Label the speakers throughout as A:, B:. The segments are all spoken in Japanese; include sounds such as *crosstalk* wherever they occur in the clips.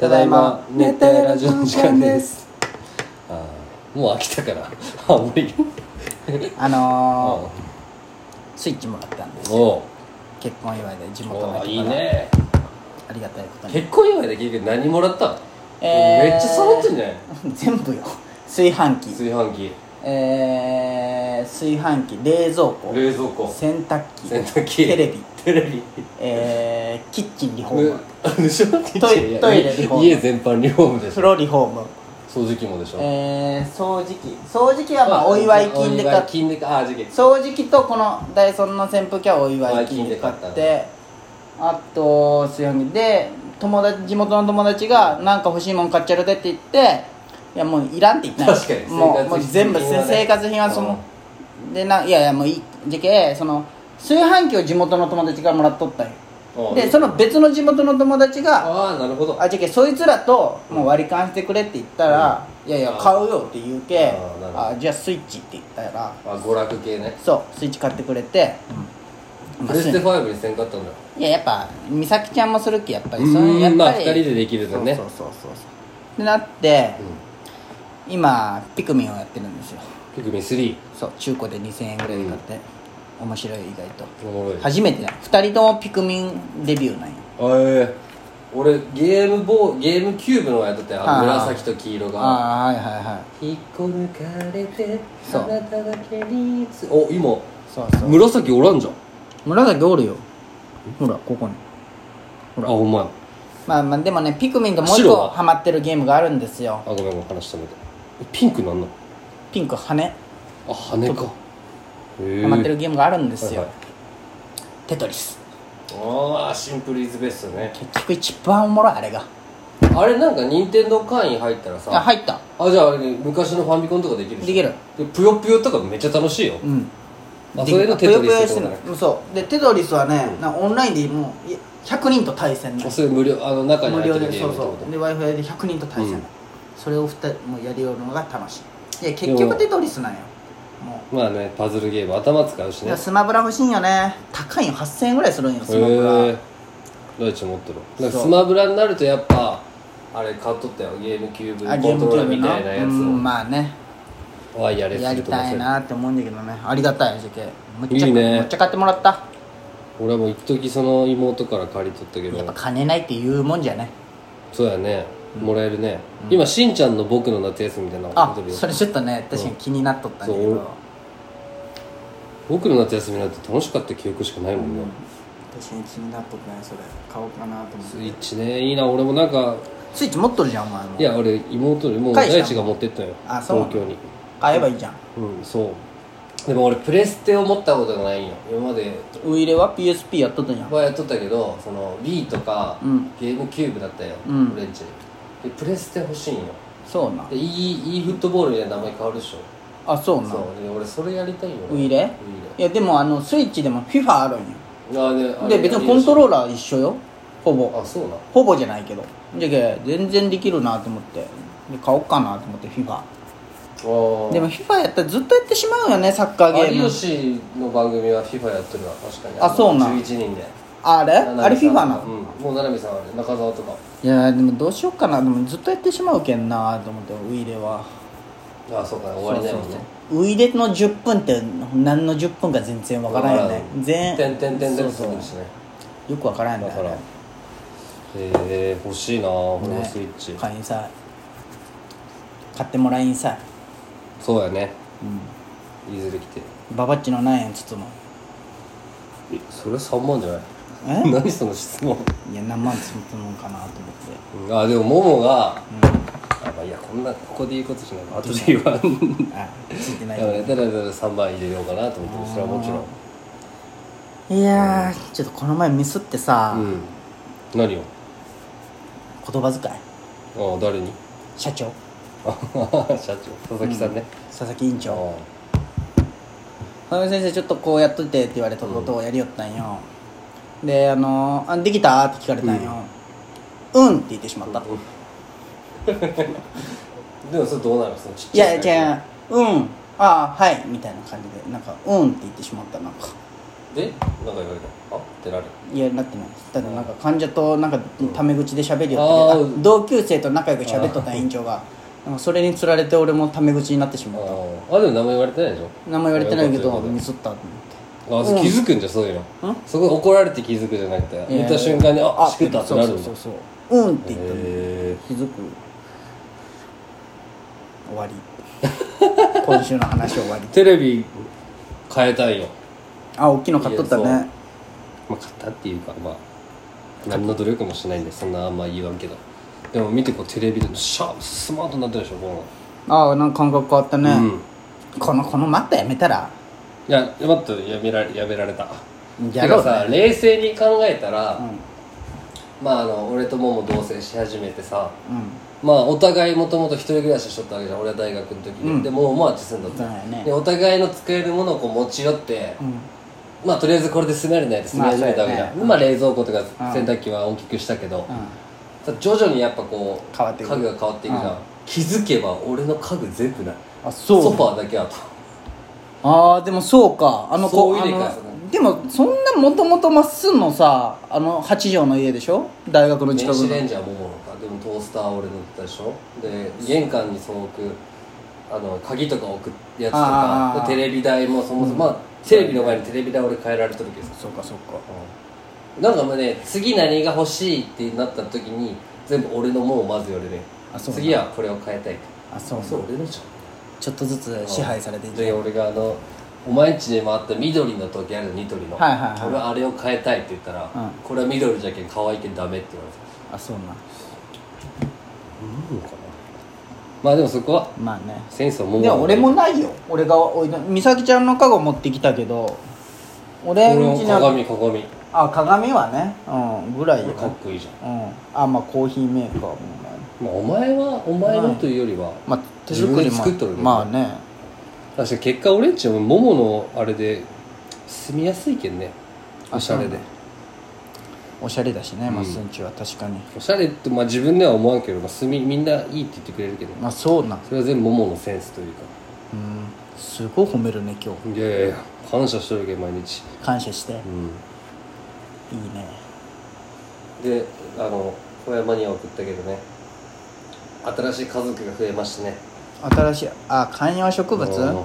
A: ただいま熱帯ラジオの時間です
B: あーもう飽きたからあ無理
A: あ
B: あ
A: のー、スイッチもらったんですよ
B: おう
A: 結婚祝いで地元の人
B: お
A: から
B: ういいね
A: ありがたいことに
B: 結婚祝いで結局何もらったの、
A: えー
B: めっちゃ揃ってんじゃない
A: *laughs* 全部よ炊飯器
B: 炊飯器
A: えー、炊飯器冷蔵庫
B: 冷蔵庫
A: 洗濯機
B: 洗濯機
A: テレビ
B: テレビ
A: えー、キッチンリフォー
B: む
A: ム
B: あでしょ
A: トイトイレリフォーム
B: 家全般リフォームでし
A: 風
B: ょ
A: 呂リフォーム
B: 掃除機もでしょ
A: えー、掃除機掃除機はまあお祝い金で買
B: お
A: っ
B: 祝い金で買っあー事件
A: 掃除機とこのダイソンの扇風機はお祝い金で買
B: お祝い金
A: っ
B: で
A: てあと炊飯器で友達地元の友達が何か欲しいもん買っちゃるでって言っていやもういらんって言ったの
B: 確かに
A: も
B: 生活必需品はね
A: うもう全部せ生活品はその、でないやいやもういいじゃけその炊飯器を地元の友達からもらっとったんよ
B: うん
A: でその別の地元の友達が
B: ああなるほど
A: あじゃけそいつらともう割り勘してくれって言ったら、いやいや
B: あー
A: 買うよって言うけ
B: あーなるほど
A: あじゃあスイッチって言ったら
B: あ娯楽系ね
A: そうスイッチ買ってくれて、
B: プレステ5にせんかったんだよ
A: いややっぱ美咲ちゃんもするっけやっぱり
B: うーん
A: そういうやっぱり
B: まあ二人でできるとね
A: そうそうそうそうってなって、今ピクミンをやってるんですよ
B: ピクミン3
A: そう中古で2000円ぐらいで買って、面白い意外と
B: おもろい
A: 初めてだ2人ともピクミンデビューなんや
B: あえー、俺ゲームボーゲームキューブのやつだって
A: あ
B: あ
A: ー
B: 紫と黄色が
A: ああはいはいはい
B: 引っこ抜かれて
A: そう
B: あなただけにつお今
A: そうそう
B: 紫おらんじゃん
A: 紫おるよほらここにほ
B: あ
A: ら
B: ほんまや
A: まあまあでもねピクミンともう一
B: 白
A: 個
B: は
A: ハマってるゲームがあるんですよ
B: あごめんごめん話しためてえピンクなんの
A: ピンク羽
B: あ羽かへえ
A: ハマってるゲームがあるんですよ、
B: はいはい
A: テトリス
B: ああシンプルイズベストね
A: 結局一番おもろいあれが
B: あれなんか任天堂会員入ったら
A: あ
B: さ
A: 入った
B: あじゃああれね昔のファミコンとかできるし
A: できる
B: でぷよぷよとかめっちゃ楽しいよ
A: うん
B: あそれのテトリスってことね
A: ぷよぷよしてんのそうでテトリスはね、なんかオンラインでもうい100人と対戦の
B: それ無料あの中に
A: 無
B: 入っ
A: 料
B: てる
A: で
B: ゲー
A: そ
B: ム
A: う
B: ってこ
A: そ
B: と
A: うで w i f i で100人と対戦、
B: うん
A: それを二人もうやりよるのが楽しいいや結
B: で
A: 局
B: も
A: テトリスなんよも
B: まあねパズルゲーム頭使うし
A: う、い
B: ね
A: やスマブラ欲しいんよね高いよ8000円ぐらいするんよスマブラ、
B: へえ大地持ってるなんか
A: そう
B: スマブラになるとやっぱあれ買っとったよゲームキューブ
A: あゲ
B: コ
A: ー
B: ント
A: ム
B: ロ
A: キ
B: ーラー
A: ュー
B: み
A: ブ
B: たいなや
A: のうん
B: つ
A: まあね
B: をワイヤレス
A: やり
B: とか
A: た
B: す
A: い
B: る
A: なって思うんだけどねありがたい時期むっちゃ
B: いいね
A: むっちゃ買ってもらった
B: 俺はもう一時その妹から借りとったけ
A: やっぱ
B: ど
A: 金ないって言うもんじゃね
B: そうやねもらえるね今しんちゃんの僕の夏休みみたいなの
A: あ
B: 送ってるよ
A: それちょっとね確かに気になっとったんだけ
B: そう
A: ど
B: 僕の夏休みなんて楽しかった記憶しかないもんな
A: 確かに気になっとったねそれ買おうかなと思
B: スイッチねいいな俺もなんか
A: スイッチ持っとるじゃんお前も
B: いや俺妹にもう
A: 返した
B: 大地が持ってったよ
A: あ
B: 東
A: そう
B: 京に
A: 買えばいいじゃん
B: うんそうでも俺プレステを持ったことがないんよ今まで
A: ウイレは PSP やっとったじゃん
B: はやっとったけどその Wii とか、
A: うん
B: ゲームキューブだったよ、
A: うん
B: フレンチでプレステ欲しいんよ
A: そうな
B: で e, e フットボールみたいな名前変わるでしょ
A: あそうな
B: そうで俺それやりたいよ
A: ウイレいやでもあのスイッチでも FIFA あるんよ
B: あーねあれ
A: で別にコントロ
B: ー
A: ーラー一緒よほぼ
B: あそうな
A: ほぼじゃないけどじゃけ全然できるなと思ってで買おうかなと思って FIFA
B: あ
A: でも FIFA やったらずっとやってしまうよねサッカーゲ
B: あ
A: ー
B: 有
A: ム
B: 吉の番組は FIFA やってるわ確かに
A: あそうなん
B: 11人で
A: あれあれ
B: 七海さ
A: FIFA
B: ん
A: な
B: うん
A: の
B: もう七海さんあれ中澤とか
A: いやでもどうしようかなでもずっとやってしまうけんなと思ってウイレは
B: あそうか終わりないもんね
A: ウイレの10分って何の10分か全然わからんよね全
B: 点点点
A: そ
B: 点
A: うそう
B: そうですね
A: よくわからんよ
B: だ
A: ね
B: からえー、欲しいなこの
A: ね
B: スイッチ、
A: 買いんさい買ってもらいんさい
B: そうやねいずれ来て
A: ババッチの何円つつも
B: えそれ3万じゃない
A: え
B: *laughs* 何その質問
A: いや何万つつもんかな
B: *laughs*
A: と思って
B: あでもももが、あまあいやこんなここで言うことしないか後で言わん *laughs*
A: あついてない
B: だからだらだら3万入れようかなと思ってるそれはもちろん
A: いやーちょっとこの前ミスってさ、
B: うん何を
A: 言葉遣い
B: あ誰に *laughs*
A: 社長
B: あ社長佐々木さんね、
A: 佐々木院
B: あ
A: 長「花見先生ちょっとこうやっといて」って言われたことをやりよったんよ、であのあ「できた?」って聞かれたんよ「うん」って言ってしまった、い
B: あ *laughs* でもそれどうなるそのちっちゃ
A: や
B: い
A: いや違う「うん」「ああはい」みたいな感じでなんか「うん」って言ってしまったなんか
B: でなんか言われたあってなる
A: いやなってないですだってなんか患者となんかタメ口で喋るよ
B: あ
A: って、
B: ー
A: あ同級生と仲良く喋っとった院長がなんかそれにつられて俺もタメ口になってし
B: あ
A: まった
B: ーあでも名前言われてないでしょ
A: 名前言われてないけ
B: よか
A: ど
B: ったよかっ
A: ミスったと思って
B: たあそう気づくんじゃんそういうのそこ怒られて気づくじゃなくて見た瞬間にあしくったってなる
A: そうん
B: だ
A: そうそうそううんって言ったの
B: へ
A: 気づく終わり今週の話終わり
B: ーテレビ変えたいよ
A: あ大きいの買っとった
B: いやそ
A: ね
B: まあ買ったっていうかまあ何の努力もしないんでそんなあんま言わんけどでも見てこうテレビでシャースマートになってるでしょこの
A: ああなんか感覚変わったね、
B: うん
A: このこのマットやめたら
B: いや待ってやめられやめられた
A: や
B: て
A: ろうね
B: かさ冷静に考えたら、
A: うん
B: まああの俺ともも同棲し始めてさ
A: うん
B: まあお互いもともと一人暮らししとったわけじゃん俺は大学の時に、
A: うん
B: でもうまあ住んだった、
A: だよね
B: でお互いの使えるものをこう持ち寄って、
A: うん
B: まあとりあえずこれで住めるねって住み始めたわけじゃん、
A: まあ
B: ま
A: そう
B: あ
A: やね
B: 冷蔵庫とか
A: ん
B: 洗濯機は大きくしたけど、
A: うん
B: さ徐々にやっぱこう
A: 変わっていく
B: 家具が変わっていくじゃん、
A: うん
B: 気づけば俺の家具全部ない
A: あそう
B: ソファーだけあと
A: ああでもそうかあのこ
B: そういう
A: あ
B: 理解
A: の
B: ですね
A: でもそんなもともとまっすんのさあの8畳の家でしょ大学の近
B: 電
A: く
B: 子
A: の
B: レンジャーもものかでもトースターは俺のだったでしょで玄関にその置くあの鍵とか置くやつと
A: あ
B: か
A: ー
B: でテレビ台もそもそも、まあテレビの前にテレビ台俺変えられた時です
A: そうかそうか
B: なんかもうね次何が欲しいってなった時に全部俺のもうまず言われる
A: あそうなんだ
B: 次はこれを変えたい
A: あそう
B: そう俺のじゃん
A: ちょっとずつ支配されていく
B: で俺があのお前んちにもあった緑の時あるニトリの、
A: はいはいはい
B: 俺はあれを変えたいって言ったら、
A: うん
B: これは緑じゃけん可愛いけんダメって言われた
A: あそうなん
B: うんかなまあでもそこは
A: まあね
B: センスをもう
A: いや俺もないよ俺がおいな美咲ちゃんの家具持ってきたけど俺
B: 俺
A: ん
B: も
A: ちにある
B: 鏡鏡か
A: あ鏡はねうんぐらいよ
B: っこいいじゃん、
A: うんあまあコーヒーメーカーもね
B: まあ、お前はお前のというよりは、
A: まあ手作り
B: 自分で作っと
A: も
B: るね
A: まあね
B: 確かに結果俺んちももものあれで住みやすいけんね
A: あ
B: おしゃれ
A: そう
B: で
A: なんおしゃれだしね
B: うん
A: まっすんちは確かに
B: おしゃれってまあ自分では思わんけど、まあ、住みみんないいって言ってくれるけど
A: まあそうなん
B: それは全部もものセンスというか
A: うんすごい褒めるね今日
B: いやいやいや感謝しとるけん毎日
A: 感謝していいうね
B: んであの小山には送ったけどね新しい家族が増えましてね
A: 新しいあ観葉植
B: うんかわ
A: 物
B: いい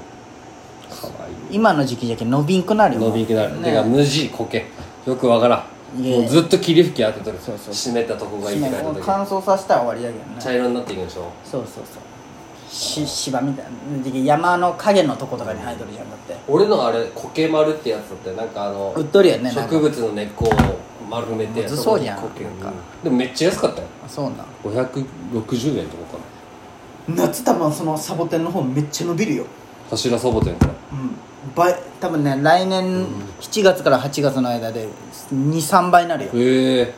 A: 今の時期じゃけ伸びんくなるよ
B: 伸びんくなる、
A: ね
B: てか無地苔よくわからん
A: いやいや
B: もうずっと霧吹き当てとる
A: そうそう
B: 湿ったとこがいいって書いてあ
A: もう
B: る
A: 乾燥させたら終わりだけどね
B: 茶色になっていくんでしょ
A: そうそうそうし芝みたいな時期山の影のとことかに生えとるじゃんだって
B: 俺のあれ苔丸ってやつだってなんかあの
A: 売っとるよねなんか
B: 植物の根っこを丸めて
A: むずそうじゃん
B: そこに苔
A: な
B: が
A: んか
B: でもめっちゃ安かったよ
A: あそうなん
B: 560円とかかな
A: 夏多分そのサボテンの方めっちゃ伸びるよ
B: 柱サボテンから
A: うん倍多分ね来年7月から8月の間で23倍になるよ
B: へえ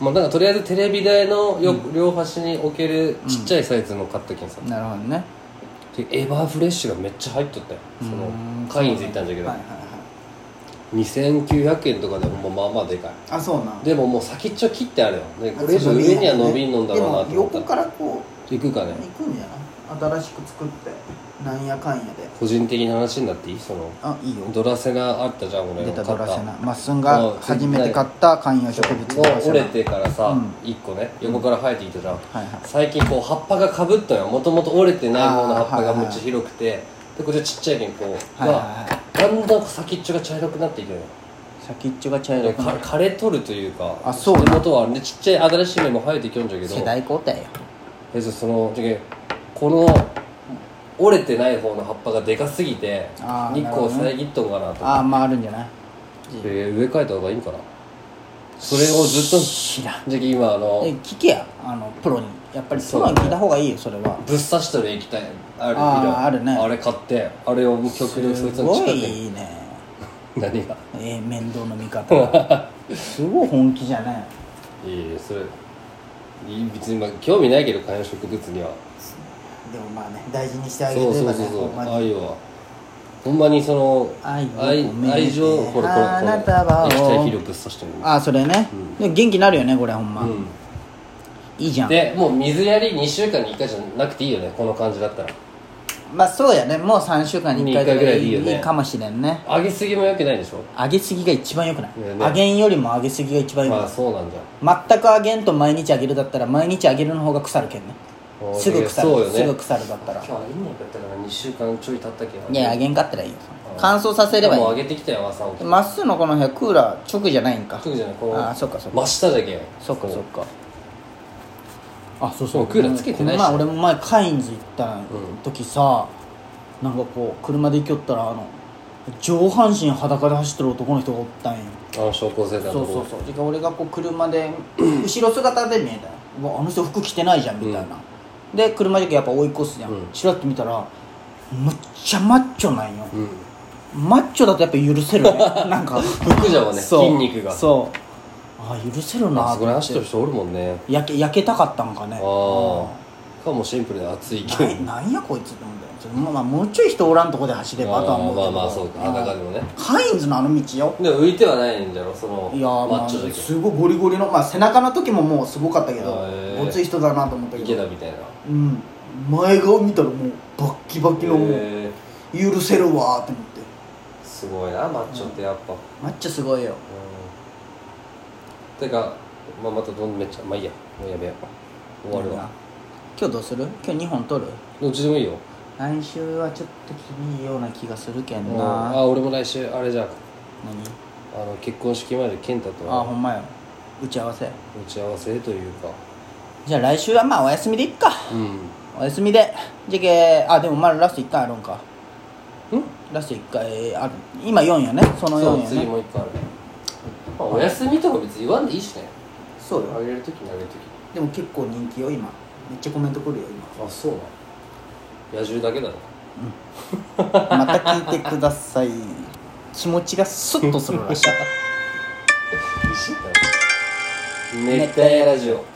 B: まあなんかとりあえずテレビ台のよ、両端に置けるちっちゃいサイズの買ったけんさ、
A: なるほどね
B: でエバーフレッシュがめっちゃ入っとったよその会員ついたんだけど、
A: はいはいはい
B: 2900円とかでもまあまあでかい
A: あそうなん
B: でももう先っちょ切ってあるよねこれ以上上には伸びんのんだろうなと
A: でも
B: 思
A: 横
B: った
A: かららこ
B: 行くか
A: う
B: ね
A: 行くんじゃない新しく作ってなんやかんやで
B: 個人的な話になっていいその
A: あいいよ
B: ドラセナあったじゃん俺
A: 出たドラセナ
B: 買っ
A: まっすんが初めて買った観葉植物
B: た
A: ドラセ
B: 折
A: ナ
B: れてからさ、
A: う
B: 一1個ね横から生えてきたじゃん、
A: はいはい
B: 最近こう葉っぱがかぶったよもともと折れてない方の葉っぱ
A: あ
B: が
A: ーはいはい
B: むっちゃ広くてでこれちっちゃいけんこう
A: はいはいは
B: がだんだん先っちょが茶色くなっていくのよ
A: 先っちょが茶色
B: で
A: く
B: か
A: なる
B: 枯れとるというか
A: あそうな
B: 根元はでちっちゃい新しい芽も生えてきよんじゃけど
A: 世代交代よ
B: えじゃあそのじゃけこの折れてない方の葉っぱがでかすぎて
A: あー
B: 日光を遮っとんかなと
A: ああまああるんじゃない
B: えー植え替えた方がいいんかなそれをずっと
A: 知らん
B: じゃけ今あ
A: え
B: の
A: 聞けやあのプロにやっぱりプロに聞いた方がいいよそれは
B: ぶっ刺してる液体ある
A: あー
B: いや
A: あるね
B: あれ買ってあれを極力そいつ
A: す
B: の
A: ご
B: 近く
A: い
B: に
A: いいね
B: 何が
A: えー面倒の味
B: *laughs*
A: 方すごい本気じゃね
B: いいえそれいい別にまあ興味ないけど観葉植物には
A: でもまあね大事にしてあげれ
B: そうそう
A: ば
B: そう
A: ね
B: そ
A: ほん
B: う
A: まに
B: 愛はほんまにその
A: 愛を
B: 愛
A: 込めて
B: 愛情これこれこれ
A: あなたは
B: 液体肥料ぶっ刺してる
A: ああそれね、でも元気になるよねこれほんま、
B: うん
A: いいじゃん
B: でもう水やり2週間に1回じゃなくていいよねこの感じだったら
A: まあそうやねもう3週間に1回ぐ
B: に一回ぐ
A: ら
B: ら
A: い
B: いでいいよね
A: いいかもしれんね
B: 上げすぎもよくないでしょ
A: 上げすぎが一番よくない
B: いやね
A: 上げんよりも上げすぎが一番よく
B: ま
A: な
B: あ
A: い
B: そうなんじゃん
A: 全く上げんと毎日上げるだったら毎日上げるの方が腐るけんね
B: あー
A: すぐ腐る、
B: そうよね
A: すぐ腐るだったら
B: 今日上げんねんかったから2週間ちょい経ったけど
A: いや上げんかったらいいよ乾燥させればい
B: もう
A: い
B: 上げてきたよ朝起きて
A: まっすーのこの部屋クーラー直じゃないんか
B: 特じゃないこの
A: あーそっかそっか
B: 真下だけ
A: そっかそっ
B: こ
A: かあそう
B: もうクーラーつけてないし
A: まあ俺も前カインズ行った
B: ん
A: 時さ、なんかこう車で行きよったらあの上半身裸で走ってる男の人がおったんよ
B: うあの小高生だ
A: そうそうそうで俺がこう車で *clears throat* 後ろ姿で見えたようわあの人服着てないじゃんみたいな、で車で行くやっぱ追い越すじゃん、
B: うん
A: ちらっと見たらむっちゃマッチョなんよ、
B: うん
A: マッチョだとやっぱ許せ
B: *laughs*
A: るねなんか
B: 服じゃんはね
A: そう
B: 筋肉が
A: そうあ許せるな
B: あそ
A: って
B: こに走ってる人おるもんね
A: 焼け焼けたかったんかね
B: ああかもシンプルで暑いけど
A: ななんやこいつって思うんだよそれまあまあもうちょい人おらんとこで走ればとは思うけ
B: まあ
A: ど
B: まあそうか裸でもね
A: カインズのあの道よ
B: でも浮いてはないんだろその
A: いやーま
B: マッ
A: あ
B: チョだけ
A: すごいゴリゴリのまあ背中の時ももうすごかったけど
B: あーへー
A: ごつい人だなと思ったけ
B: 池
A: ど
B: 田みたいな
A: うん前顔見たらもうバッキバキのもう
B: へ
A: 許せるわーって思って
B: ーすごいなマッチョってやっぱうん
A: マッチョすごいよ
B: てかまあまたどんどんめっちゃまあいいやもうやめよう終わるわ
A: 今日どうする今日2本取る
B: どっちでもいいよ
A: 来週はちょっと厳しいような気がするけ
B: うんん
A: な
B: あ俺も来週あれじゃん
A: 何
B: あの結婚式前で健太と
A: あほ
B: 打
A: んまよ打ち合わせ
B: ち合わせというか
A: じゃあ来週はまあお休みでいっか
B: うん
A: お休みでじゃけあでもまだラスト1回あるんか
B: ん
A: ラスト1回ある今4やねその
B: そう
A: 4や
B: 次
A: ね
B: もう一個あるまあお休みとか別に言わんでいいしね
A: そう
B: あ
A: よ
B: げるときにあげるとき
A: でも結構人気よ今めっちゃコメント来るよ
B: あそうなの野獣だけだろ
A: 今また聞いてください気持ちがスッとするらしい
B: 熱帯ラジオ